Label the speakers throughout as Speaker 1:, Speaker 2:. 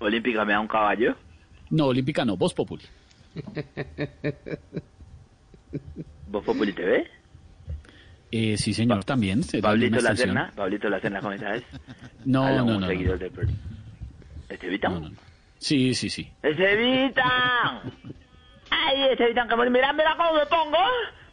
Speaker 1: Olímpica me da un caballo.
Speaker 2: No, Olímpica no, Voz Populi.
Speaker 1: Voz Populi TV.
Speaker 2: Eh, sí, señor, también. se da
Speaker 1: Pablito
Speaker 2: alguna extensión.
Speaker 1: Lacerna. Pablito Lacerna, ¿cómo sabes?
Speaker 2: No,
Speaker 1: Algo,
Speaker 2: no,
Speaker 1: un
Speaker 2: no, no,
Speaker 1: seguidor del programa. ¿Estevita?
Speaker 2: no, no, no. Sí, sí, sí.
Speaker 1: ¡Estevita! ¡Ay, Estevita, que bonito! Mira, mira cómo me pongo.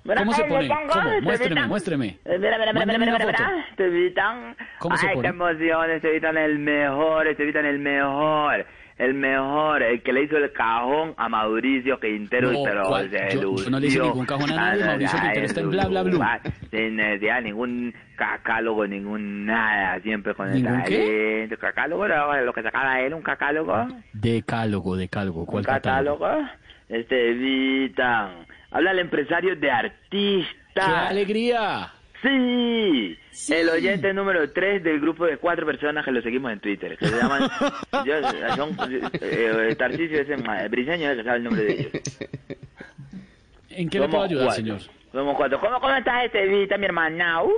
Speaker 1: Mira
Speaker 2: ¿Cómo se
Speaker 1: cómo me
Speaker 2: pone?
Speaker 1: pongo,
Speaker 2: ¿Cómo? Muéstreme,
Speaker 1: Estevita.
Speaker 2: muéstreme.
Speaker 1: Eh, Mira, mira, mira, mira,
Speaker 2: Mándeme
Speaker 1: mira,
Speaker 2: una foto.
Speaker 1: mira, Estevitan.
Speaker 2: ¿Cómo se
Speaker 1: Ay, qué
Speaker 2: pone?
Speaker 1: emoción, Estevitan el mejor, Estevitan el mejor, el mejor, el que le hizo el cajón a Mauricio Quintero,
Speaker 2: No,
Speaker 1: pero
Speaker 2: ¿cuál?
Speaker 1: se
Speaker 2: Yo- yo no le hice
Speaker 1: lució.
Speaker 2: ningún cajón a nadie,
Speaker 1: Ah,
Speaker 2: Mauricio
Speaker 1: ah,
Speaker 2: Quintero está en
Speaker 1: su
Speaker 2: bla, bla, bla.
Speaker 1: lugar, Sin necesidad, ningún cacálogo, ningún nada, siempre con el
Speaker 2: ¿Ningún qué?
Speaker 1: talento, cacálogo, era lo que sacaba él, un cacálogo,
Speaker 2: Decálogo, decálogo.
Speaker 1: un
Speaker 2: ¿Cuál catálogo?
Speaker 1: catálogo, Estevitan. Habla el empresario de
Speaker 2: ¡Qué
Speaker 1: artistas.
Speaker 2: alegría!
Speaker 1: Sí,
Speaker 2: Sí.
Speaker 1: el oyente número 3 del grupo de cuatro personas que lo seguimos en Twitter, que se llaman, yo, son, eh, Tarcisio es el ma- el briseño es el que sabe el nombre de ellos.
Speaker 2: ¿En qué le puedo
Speaker 1: Somos
Speaker 2: ayudar,
Speaker 1: cuatro.
Speaker 2: señor?
Speaker 1: Somos cuatro. ¿Cómo, cómo estás, Estevita, mi hermana? ¿Uh?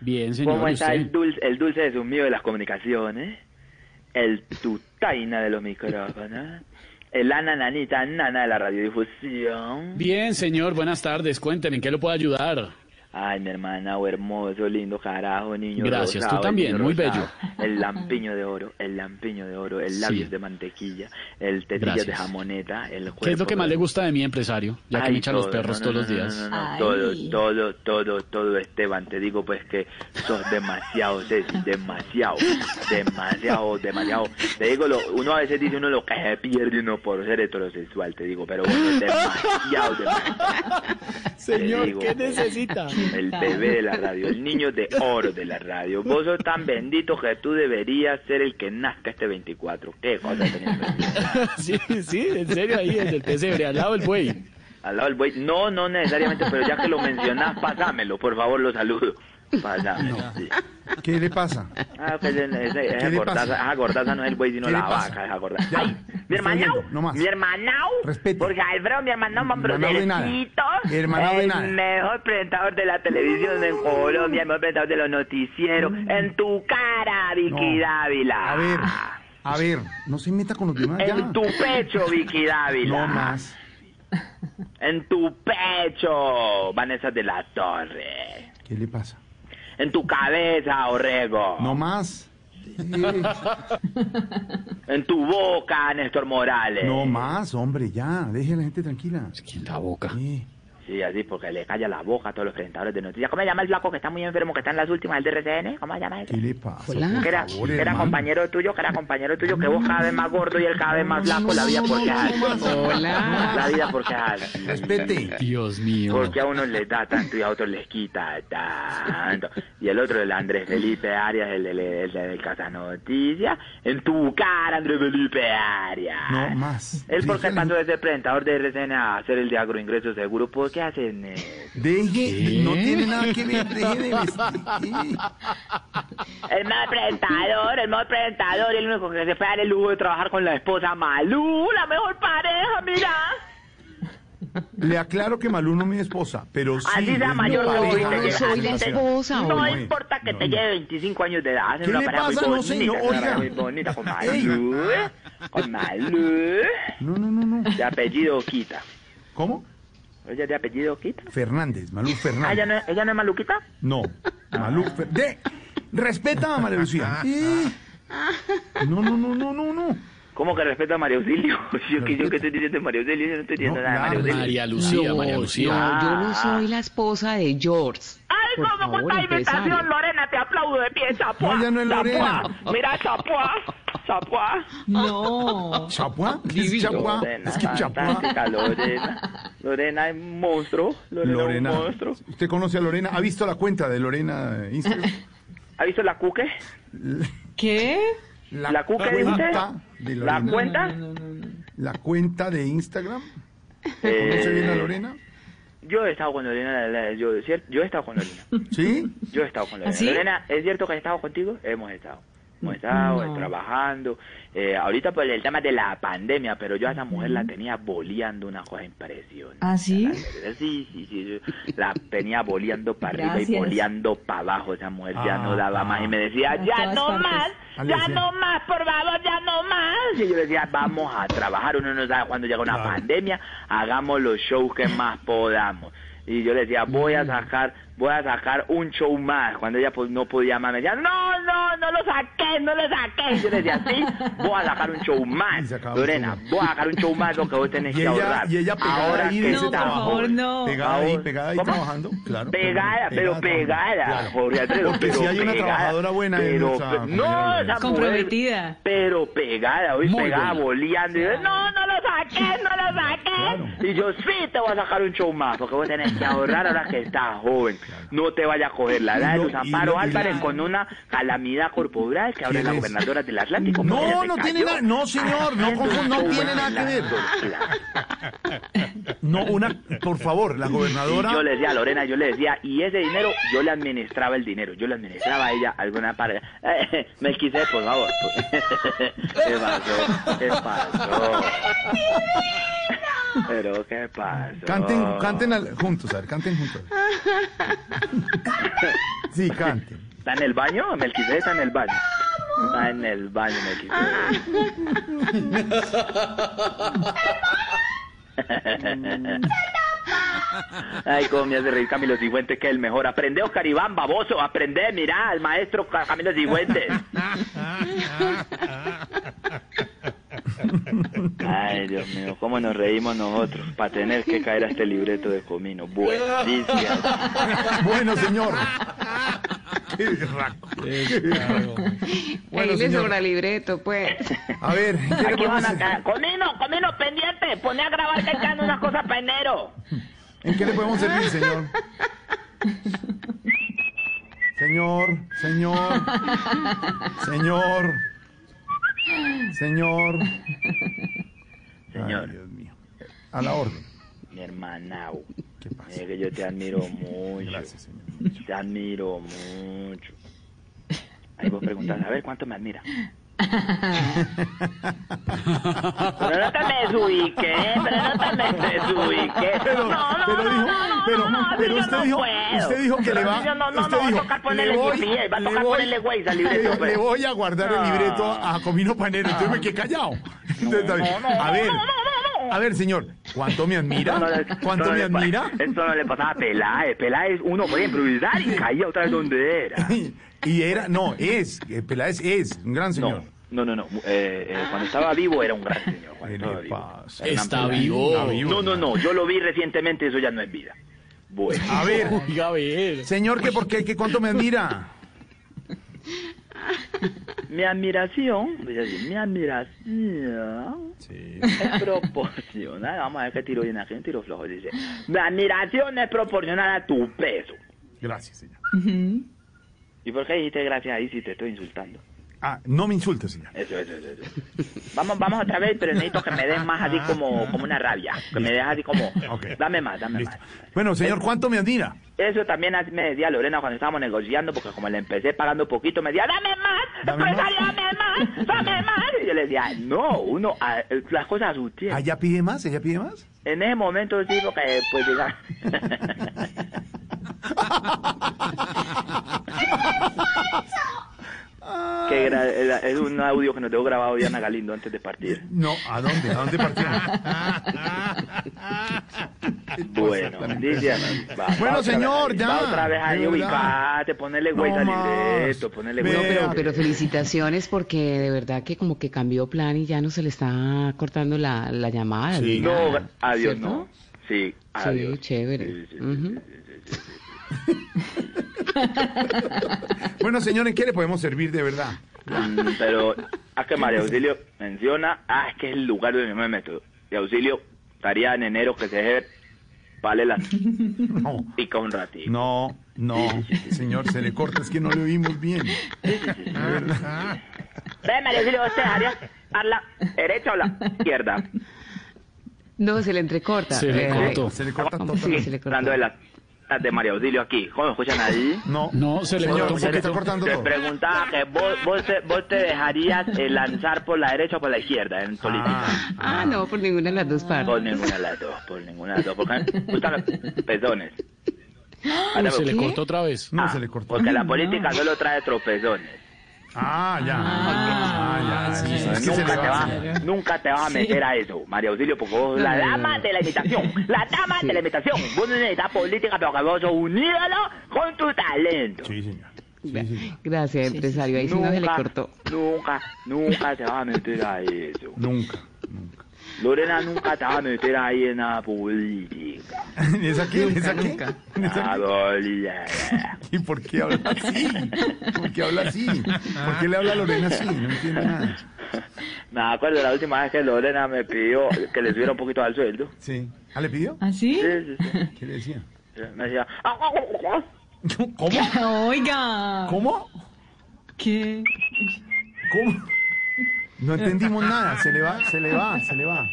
Speaker 2: Bien, señor.
Speaker 1: ¿Cómo
Speaker 2: ¿y
Speaker 1: está
Speaker 2: usted?
Speaker 1: el dulce, el dulce de sus míos de las comunicaciones? El tutaina de los micrófonos. El anananita nana de la radiodifusión.
Speaker 2: Bien, señor, buenas tardes. Cuénteme, ¿en qué lo puedo ayudar?
Speaker 1: Ay, mi hermana, oh, hermoso, lindo carajo, niño.
Speaker 2: Gracias, tú
Speaker 1: rosado,
Speaker 2: también,
Speaker 1: niño
Speaker 2: muy
Speaker 1: rosado. El lampiño de oro, el lampiño de oro, el labios
Speaker 2: Sí.
Speaker 1: de mantequilla, el tetillo de
Speaker 2: Gracias.
Speaker 1: jamoneta, el cuerpo.
Speaker 2: ¿Qué es lo que más
Speaker 1: de-
Speaker 2: le gusta de mi empresario? Ya que
Speaker 1: Ay,
Speaker 2: me echan los
Speaker 1: todo,
Speaker 2: perros
Speaker 1: no, no,
Speaker 2: todos los
Speaker 1: no,
Speaker 2: días.
Speaker 1: no, no, no,
Speaker 3: Ay.
Speaker 1: Todo, todo, todo, todo, Esteban. Te digo, pues, que sos demasiado, Ceci, demasiado, demasiado, demasiado. Te digo, lo, uno a veces dice uno lo que se pierde uno por ser heterosexual, te digo, pero bueno, demasiado, demasiado. Señor, digo. ¿qué
Speaker 2: necesita?
Speaker 1: El bebé de la radio, el niño de oro de la radio. Vos sos tan bendito que tú deberías ser el que nazca este 24. Qué cosa tenés, pues. bendito?
Speaker 2: sí, sí, en serio, ahí desde el pesebre, al lado del buey.
Speaker 1: Al lado del buey. No, no necesariamente, pero ya que lo mencionás, pasámelo, por favor, lo saludo. Pásamelo. sí.
Speaker 4: ¿Qué le pasa?
Speaker 1: Ah, pues ese- ese- esa
Speaker 4: le
Speaker 1: gordaza,
Speaker 4: pasa?
Speaker 1: esa gordaza no es el buey, sino
Speaker 4: ¿Qué le
Speaker 1: la
Speaker 4: pasa?
Speaker 1: vaca, esa gordaza.
Speaker 4: Ya,
Speaker 1: Ay, mi
Speaker 4: está
Speaker 1: hermanao,
Speaker 4: yendo, no más.
Speaker 1: mi hermanao,
Speaker 4: Respete.
Speaker 1: porque Alfredo, mi hermanao más
Speaker 4: Hermanao de nada.
Speaker 1: brodercito,
Speaker 4: Hermanao de
Speaker 1: el
Speaker 4: nada.
Speaker 1: mejor presentador de la televisión en Colombia, el mejor presentador de los noticieros, en tu cara, Vicky
Speaker 4: Mm. No.
Speaker 1: Dávila.
Speaker 4: A ver, a ver, no se meta con los demás. ya.
Speaker 1: En tu pecho, Vicky Dávila.
Speaker 4: No más.
Speaker 1: En tu pecho, Vanessa de la Torre.
Speaker 4: ¿Qué le pasa?
Speaker 1: En tu cabeza, Orrego.
Speaker 4: No más. Sí,
Speaker 1: En tu boca, Néstor Morales.
Speaker 4: no más, hombre, ya. Deje a la gente tranquila.
Speaker 2: Pues, ¿Quién la boca?
Speaker 4: Sí.
Speaker 1: Sí, así, porque le calla la boca a todos los presentadores de noticias. ¿Cómo se llama el flaco que está muy enfermo, que está en las últimas, el de RCN? ¿Cómo se llama ese?
Speaker 4: ¿Qué le pasa?
Speaker 3: Hola.
Speaker 1: Que era,
Speaker 4: favor,
Speaker 1: que era
Speaker 4: hermano.
Speaker 1: compañero tuyo, que era compañero tuyo, que vos cada vez más gordo y él cada vez más flaco, la vida por quejarse.
Speaker 3: Hola.
Speaker 1: La vida por quejarse.
Speaker 4: Respete.
Speaker 2: Dios mío.
Speaker 1: Porque a unos les da tanto y a otros les quita tanto. Y el otro, el Andrés Felipe Arias, el del el, del Casa Noticias, en tu cara, Andrés Felipe Arias.
Speaker 4: No más.
Speaker 1: Él porque
Speaker 4: Deje a la
Speaker 1: pasó de ser presentador de RCN a hacer el de agroingreso seguro, ¿por qué hacen eso?
Speaker 4: Deje,
Speaker 2: ¿Qué?
Speaker 4: no tiene nada que ver, deje de vestir. ¿qué?
Speaker 1: El mejor presentador, el mejor presentador, el único que se puede dar el lujo de trabajar con la esposa Malú, la mejor pareja, mira.
Speaker 4: Le aclaro que Malú no es mi esposa, pero sí.
Speaker 1: Así
Speaker 4: es
Speaker 1: sea
Speaker 4: mi
Speaker 1: mayor que
Speaker 4: pareja
Speaker 1: hoy
Speaker 4: de
Speaker 1: te
Speaker 3: no
Speaker 4: la
Speaker 1: lleva.
Speaker 3: soy la
Speaker 4: relación.
Speaker 3: esposa,
Speaker 1: No
Speaker 4: hombre.
Speaker 1: importa que
Speaker 4: No,
Speaker 1: te
Speaker 4: no.
Speaker 1: lleve 25 años de edad, hacen
Speaker 4: ¿Qué
Speaker 1: una
Speaker 4: le
Speaker 1: pareja muy
Speaker 4: pasa? No, señor,
Speaker 1: bonita, una pareja
Speaker 4: oiga.
Speaker 1: muy bonita con
Speaker 4: Ey.
Speaker 1: Malú, con Malú,
Speaker 4: No, no, no, no.
Speaker 1: de apellido Quita.
Speaker 4: ¿Cómo?
Speaker 1: ¿Ella es de apellido Quita?
Speaker 4: Fernández, Malú
Speaker 1: Ah, ¿ella
Speaker 4: Fernández.
Speaker 1: no, es- ella no es Maluquita?
Speaker 4: No, Malú Fer- De, respeta a María
Speaker 1: Ah.
Speaker 4: Lucía. Eh. No, no, no, no, no, no.
Speaker 1: ¿Cómo que respeta a Mario Auxilio? Yo que, yo que estoy diciendo Mario Auxilio, yo no estoy diciendo
Speaker 4: No,
Speaker 1: nada de Mario
Speaker 4: nada.
Speaker 1: Auxilio.
Speaker 2: María Lucía,
Speaker 3: no,
Speaker 2: María Lucía.
Speaker 3: no, yo no soy la esposa de George.
Speaker 1: ¡Ay,
Speaker 3: Por
Speaker 1: cómo
Speaker 3: favor,
Speaker 1: cuánta invitación,
Speaker 3: empresario.
Speaker 1: Lorena! Te aplaudo de pie, Chapoa.
Speaker 4: No, ya no es Lorena.
Speaker 1: Chapoa. Mira, Chapoa. Chapoa.
Speaker 3: No.
Speaker 4: ¿Chapua? ¿Qué es
Speaker 3: Divino.
Speaker 4: chapua? Es que chapua.
Speaker 1: fantástica Lorena. Lorena es un monstruo. Lorena,
Speaker 4: Lorena.
Speaker 1: es un monstruo.
Speaker 4: ¿Usted conoce a Lorena? ¿Ha visto la cuenta de Lorena eh, Instagram?
Speaker 1: ¿Ha visto la cuque?
Speaker 3: ¿Qué?
Speaker 1: ¿La, cuque, dice usted?
Speaker 4: cuenta de
Speaker 1: ¿La
Speaker 4: Lorena.
Speaker 1: cuenta?
Speaker 4: ¿La cuenta de Instagram? ¿Conoce bien a
Speaker 1: Eh,
Speaker 4: Lorena?
Speaker 1: Yo he estado con Lorena. la- la- yo, cier- yo he estado con Lorena.
Speaker 4: ¿Sí?
Speaker 1: Yo he estado con Lorena.
Speaker 3: ¿Ah, sí? Mm,
Speaker 1: Lorena, ¿es cierto que he estado contigo? Hemos estado. Hemos estado
Speaker 3: No.
Speaker 1: eh, trabajando. Eh, ahorita por el tema de la pandemia, pero yo a esa mujer la tenía boleando una cosa impresionante.
Speaker 3: ¿Ah, sí?
Speaker 1: La verdad, Sí, sí, sí. yo La tenía boleando para arriba y
Speaker 3: Gracias.
Speaker 1: boleando para abajo. Esa mujer ya
Speaker 4: Ah,
Speaker 1: no daba
Speaker 4: ah.
Speaker 1: más y me decía,
Speaker 3: A
Speaker 1: ya
Speaker 3: todas
Speaker 1: no
Speaker 3: partes.
Speaker 1: más, ya
Speaker 4: Alicia.
Speaker 1: no más, por favor, ya no más. gimnasio, yo decía, vamos a trabajar, uno no sabe cuándo llega una
Speaker 4: Claro.
Speaker 1: pandemia, hagamos los shows que más podamos. Y yo le decía, voy
Speaker 4: Mm.
Speaker 1: a sacar, voy a sacar un show más. Cuando ella pues, no podía más, me decía, no, no, no lo saqué, no lo saqué. Yo le decía, sí, voy a sacar un show
Speaker 4: Y
Speaker 1: más.
Speaker 4: sacaba un
Speaker 1: Lorena,
Speaker 4: show más.
Speaker 1: voy a sacar un show más, lo que vos tenés
Speaker 4: Y
Speaker 1: que
Speaker 4: ella-
Speaker 1: ahorrar.
Speaker 4: y ella pegada
Speaker 1: Ahora
Speaker 4: ahí de
Speaker 1: que
Speaker 4: ese
Speaker 3: No, por
Speaker 4: trabajo.
Speaker 3: favor, no.
Speaker 4: Pegada ahí,
Speaker 1: Ahora-
Speaker 4: pegada ahí
Speaker 1: ¿Cómo?
Speaker 4: trabajando, claro.
Speaker 1: Pegada, pero pegada,
Speaker 4: trabajando, claro.
Speaker 1: Jorge Alfredo,
Speaker 4: Porque
Speaker 1: pero
Speaker 4: si hay una
Speaker 1: pegada,
Speaker 4: trabajadora buena en
Speaker 1: pero,
Speaker 4: nuestra
Speaker 1: pe-
Speaker 4: compañera
Speaker 1: No,
Speaker 4: Lorena.
Speaker 1: esa mujer,
Speaker 3: Comprometida.
Speaker 1: Pero pegada, hoy
Speaker 4: Muy
Speaker 1: pegada,
Speaker 4: buena.
Speaker 1: boleando. Y yo, no, no lo saqué, no lo saqué.
Speaker 4: Claro.
Speaker 1: Y yo, sí, te voy a sacar un show más, porque vos tenés que ahorrar ahora que estás joven. No te vaya a coger la edad
Speaker 4: Y
Speaker 1: de
Speaker 4: lo-
Speaker 1: Luz
Speaker 4: y
Speaker 1: Amparo
Speaker 4: lo- y
Speaker 1: Álvarez
Speaker 4: lo-
Speaker 1: con una calamidad corporal que ahora es la
Speaker 4: ¿Quién es?
Speaker 1: gobernadora del Atlántico. porque ella
Speaker 4: No,
Speaker 1: se
Speaker 4: no
Speaker 1: cayó
Speaker 4: tiene nada, no señor, no,
Speaker 1: haciendo un
Speaker 4: confunda, no
Speaker 1: show
Speaker 4: tiene
Speaker 1: en
Speaker 4: nada que
Speaker 1: la
Speaker 4: ver.
Speaker 1: sociedad.
Speaker 4: No, una, por favor, la
Speaker 1: Y yo
Speaker 4: gobernadora.
Speaker 1: le decía a Lorena, yo le decía, y ese dinero, yo le administraba el dinero, yo le administraba a ella alguna parte. Eh, me quise, por favor. ¿Qué pasó? ¿Qué pasó? Pero, ¿qué pasó?
Speaker 4: Canten, canten al- juntos, a ver, canten juntos. Sí, canten.
Speaker 1: ¿Está en el baño? Melquisede está en el baño. Está en el baño, Melquisede. Ay, cómo me hace reír Camilo Sigüentes, que es el mejor. Aprende, Oscar Iván, baboso. Aprende, mirá, al maestro Ca- Camilo Sigüentes. Ay, Dios mío, cómo nos reímos nosotros para tener que caer a este libreto de comino. Buenísimo.
Speaker 4: Bueno, señor. Qué berraco. Bueno,
Speaker 3: Ahí le
Speaker 4: señora.
Speaker 3: sobra libreto, pues.
Speaker 4: A ver, ¿qué le
Speaker 1: Aquí
Speaker 4: podemos
Speaker 1: van a
Speaker 4: hacer?
Speaker 1: ca- Comino, comino pendiente, poné a grabar que están unas cosas para enero.
Speaker 4: ¿En qué le podemos servir, señor? Señor, señor, señor, señor.
Speaker 1: Señor.
Speaker 4: Ay, Dios mío. A la orden.
Speaker 1: Mi hermanao,
Speaker 4: ¿Qué
Speaker 1: es
Speaker 4: pasa?
Speaker 1: que yo te admiro mucho.
Speaker 4: Gracias, señor.
Speaker 1: Te admiro mucho. Ahí vos preguntás, a ver, ¿cuánto me admira? pero no te me desubiqué, pero no te me desubiqué.
Speaker 4: Pero,
Speaker 1: no, no,
Speaker 4: pero
Speaker 1: no,
Speaker 4: dijo,
Speaker 1: no, no,
Speaker 4: pero,
Speaker 1: no, no,
Speaker 4: pero
Speaker 1: yo
Speaker 4: usted
Speaker 1: no
Speaker 4: dijo,
Speaker 1: puedo.
Speaker 4: usted dijo que le va,
Speaker 1: Yo no, no,
Speaker 4: usted
Speaker 1: no, va a
Speaker 4: dijo,
Speaker 1: tocar
Speaker 4: le
Speaker 1: ponerle
Speaker 4: voy,
Speaker 1: GPS, va a
Speaker 4: le
Speaker 1: tocar
Speaker 4: voy-
Speaker 1: ponerle Waze al libreto,
Speaker 4: le-
Speaker 1: pues.
Speaker 4: le voy a guardar el
Speaker 1: No.
Speaker 4: libreto a Comino Panero, entonces me quedé callado. Entonces, está bien.
Speaker 1: no, no,
Speaker 4: a
Speaker 1: no,
Speaker 4: ver,
Speaker 1: no, no, no.
Speaker 4: a ver, señor, ¿cuánto me admira?
Speaker 1: Esto no le-
Speaker 4: ¿Cuánto
Speaker 1: esto no
Speaker 4: me
Speaker 1: le pa-
Speaker 4: admira?
Speaker 1: Esto no le pasaba a Peláez. Peláez, uno podía improvisar y caía otra vez donde era.
Speaker 4: Y era, no, es, eh, Peláez es, un gran
Speaker 1: No,
Speaker 4: señor.
Speaker 1: no, no. no. Eh, eh, cuando estaba vivo era un gran señor.
Speaker 4: ¿Qué
Speaker 1: Cuando estaba
Speaker 4: le
Speaker 1: vivo.
Speaker 4: pasa?
Speaker 1: Hernán
Speaker 2: Está
Speaker 1: Peláez.
Speaker 2: vivo.
Speaker 4: Está vivo.
Speaker 1: No, no, no. Yo lo vi recientemente, eso ya no es vida. Bueno.
Speaker 4: A ver,
Speaker 2: Oiga, a ver.
Speaker 4: señor, ¿qué por qué, qué cuánto me admira?
Speaker 1: Mi admiración, voy a decir, mi admiración
Speaker 4: Sí.
Speaker 1: es proporcional. Vamos a ver qué tiro bien aquí, un tiro flojo. Dice, mi admiración es proporcional a tu peso.
Speaker 4: Gracias, señor.
Speaker 1: ¿Y por qué dijiste gracias ahí si te estoy insultando?
Speaker 4: Ah, no me insulte, señor.
Speaker 1: Eso, eso, eso. eso. Vamos, vamos otra vez, pero necesito que me des más así como, como una rabia. Que me des así como,
Speaker 4: Ah, Ok.
Speaker 1: dame más, dame
Speaker 4: Listo.
Speaker 1: más.
Speaker 4: Bueno, señor, ¿cuánto me admira?
Speaker 1: Eso también así me decía Lorena cuando estábamos negociando, porque como le empecé pagando poquito, me decía, dame más,
Speaker 4: Dame
Speaker 1: empresario,
Speaker 4: más".
Speaker 1: dame más, dame más. Y yo le decía, no, uno, a- las cosas a su tiempo.
Speaker 4: Ah, ¿ya pide más? ¿Ella pide más?
Speaker 1: En ese momento sí, porque pues diga... que gra- era- es un audio que nos dejó grabado Diana Galindo antes de partir.
Speaker 4: No, ¿a dónde? ¿A dónde partimos?
Speaker 1: Bueno, dice así, va, va
Speaker 4: Pues Bueno,
Speaker 1: otra
Speaker 4: señor,
Speaker 1: vez,
Speaker 4: ya.
Speaker 1: Va otra vez ahí
Speaker 4: De verdad.
Speaker 1: ubicate, ponerle
Speaker 4: No
Speaker 1: huella
Speaker 4: más.
Speaker 1: al libreto, ponerle
Speaker 4: Vea.
Speaker 3: No,
Speaker 1: huella.
Speaker 3: pero, pero felicitaciones porque de verdad que como que cambió plan y ya no se le está cortando la, la llamada. ni
Speaker 4: Sí.
Speaker 1: No,
Speaker 3: nada,
Speaker 1: adiós,
Speaker 3: ¿cierto?
Speaker 1: no. Sí,
Speaker 3: Sí,
Speaker 1: adiós.
Speaker 3: chévere.
Speaker 1: Sí, sí, sí,
Speaker 3: Ujú.
Speaker 1: sí, sí, sí, sí.
Speaker 4: Bueno, señor, ¿en qué le podemos servir de verdad?
Speaker 1: Mm, Pero, ¿a que María Auxilio menciona? Ah, es que es el lugar donde me meto. Y Auxilio estaría en enero que se deje vale la
Speaker 4: No,
Speaker 1: pica un ratito.
Speaker 4: no, no, señor, se le corta, es que no le oímos bien.
Speaker 1: Ve, María Auxilio, usted haría a la derecha o la izquierda.
Speaker 3: No, se le entrecorta.
Speaker 2: Se le
Speaker 3: Eh,
Speaker 2: cortó.
Speaker 4: Se le corta todo.
Speaker 3: Sí, se le cortó.
Speaker 1: Hablando de las las de María Auxilio aquí. ¿Cómo escuchan ahí?
Speaker 4: No,
Speaker 2: No, se le
Speaker 4: señor,
Speaker 2: cortó un
Speaker 4: se le está
Speaker 2: poquito.
Speaker 4: cortando
Speaker 1: Te
Speaker 4: todo.
Speaker 1: preguntaba que vos, vos, te, vos te dejarías eh, lanzar por la derecha o por la izquierda en política.
Speaker 4: Ah,
Speaker 3: Ah, no, por ninguna de las dos
Speaker 1: Por
Speaker 3: partes.
Speaker 1: ninguna de las dos, por ninguna de las dos. Porque a mí me gustan los pezones.
Speaker 2: Uy, se le cortó otra vez.
Speaker 4: no,
Speaker 1: Ah,
Speaker 4: se le cortó.
Speaker 1: Porque la política solo trae tropezones.
Speaker 4: Ah, ya. Ah, ya.
Speaker 5: sí,
Speaker 4: Es que
Speaker 5: sí,
Speaker 4: se
Speaker 1: nunca,
Speaker 4: le
Speaker 1: te
Speaker 4: va.
Speaker 1: vas, nunca te vas a meter a eso, María Auxilio, porque vos la dama de la imitación, la dama de la imitación. Vos no necesitas política, pero que vos sos un ídolo con tu talento.
Speaker 4: Sí, señor. Sí, sí, sí.
Speaker 3: Gracias, empresario. Ahí sí no se le cortó.
Speaker 1: nunca, nunca te vas a meter a eso.
Speaker 4: Nunca, nunca.
Speaker 1: Lorena nunca te vas a meter ahí en la política. Ah,
Speaker 4: ¿Es aquí? ¿Es aquí? ¿Es
Speaker 1: La
Speaker 4: aquí?
Speaker 1: política.
Speaker 4: ¿Y por qué habla así? ¿Por qué habla así? ¿Por qué le habla a Lorena así? No entiendo nada.
Speaker 1: Me acuerdo la última vez que Lorena me pidió que le subiera un poquito al sueldo.
Speaker 4: Sí. ¿Ah, le pidió?
Speaker 5: ¿Así?
Speaker 1: Sí, sí, sí.
Speaker 4: ¿Qué le decía?
Speaker 1: Me decía, "Ah,
Speaker 4: ¿Cómo?
Speaker 5: Oiga.
Speaker 4: ¿Cómo?
Speaker 5: ¿Qué?
Speaker 4: ¿Cómo? No entendimos nada, se le va, se le va, se le va.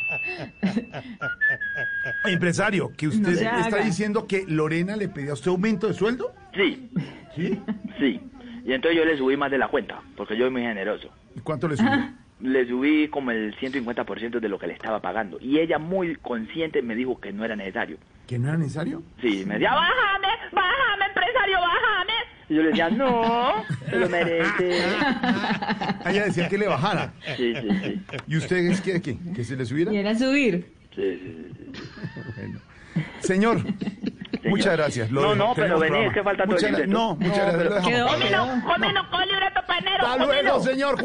Speaker 4: Empresario, que usted
Speaker 5: se
Speaker 4: está
Speaker 5: haga.
Speaker 4: diciendo que Lorena le pedía a usted aumento de sueldo.
Speaker 1: sí,
Speaker 4: ¿Sí?
Speaker 1: sí. Y entonces yo le subí más de la cuenta, porque yo soy muy generoso.
Speaker 4: ¿Y cuánto le subió?
Speaker 1: Le subí como el 150% de lo que le estaba pagando. Y ella muy consciente me dijo que no era necesario.
Speaker 4: ¿Que no era necesario?
Speaker 1: Sí, me decía, bájame, bájame, empresario, bájame. Y yo le decía, no, te lo mereces.
Speaker 4: Ah, Ella decía que le bajara.
Speaker 1: Sí, sí, sí.
Speaker 4: ¿Y usted es que, que, que se le subiera?
Speaker 5: ¿Y era subir?
Speaker 1: sí, sí, sí.
Speaker 4: Bueno. Señor, muchas gracias. lo
Speaker 1: No,
Speaker 4: dejo,
Speaker 1: no, pero
Speaker 4: tenemos
Speaker 1: vení,
Speaker 4: programa.
Speaker 1: es que falta todo el
Speaker 4: Muchas gra-
Speaker 1: libreto.
Speaker 4: No, muchas
Speaker 1: No,
Speaker 4: gracias.
Speaker 1: pero-
Speaker 4: lo dejamos.
Speaker 5: Quedó.
Speaker 4: Hasta luego, señor.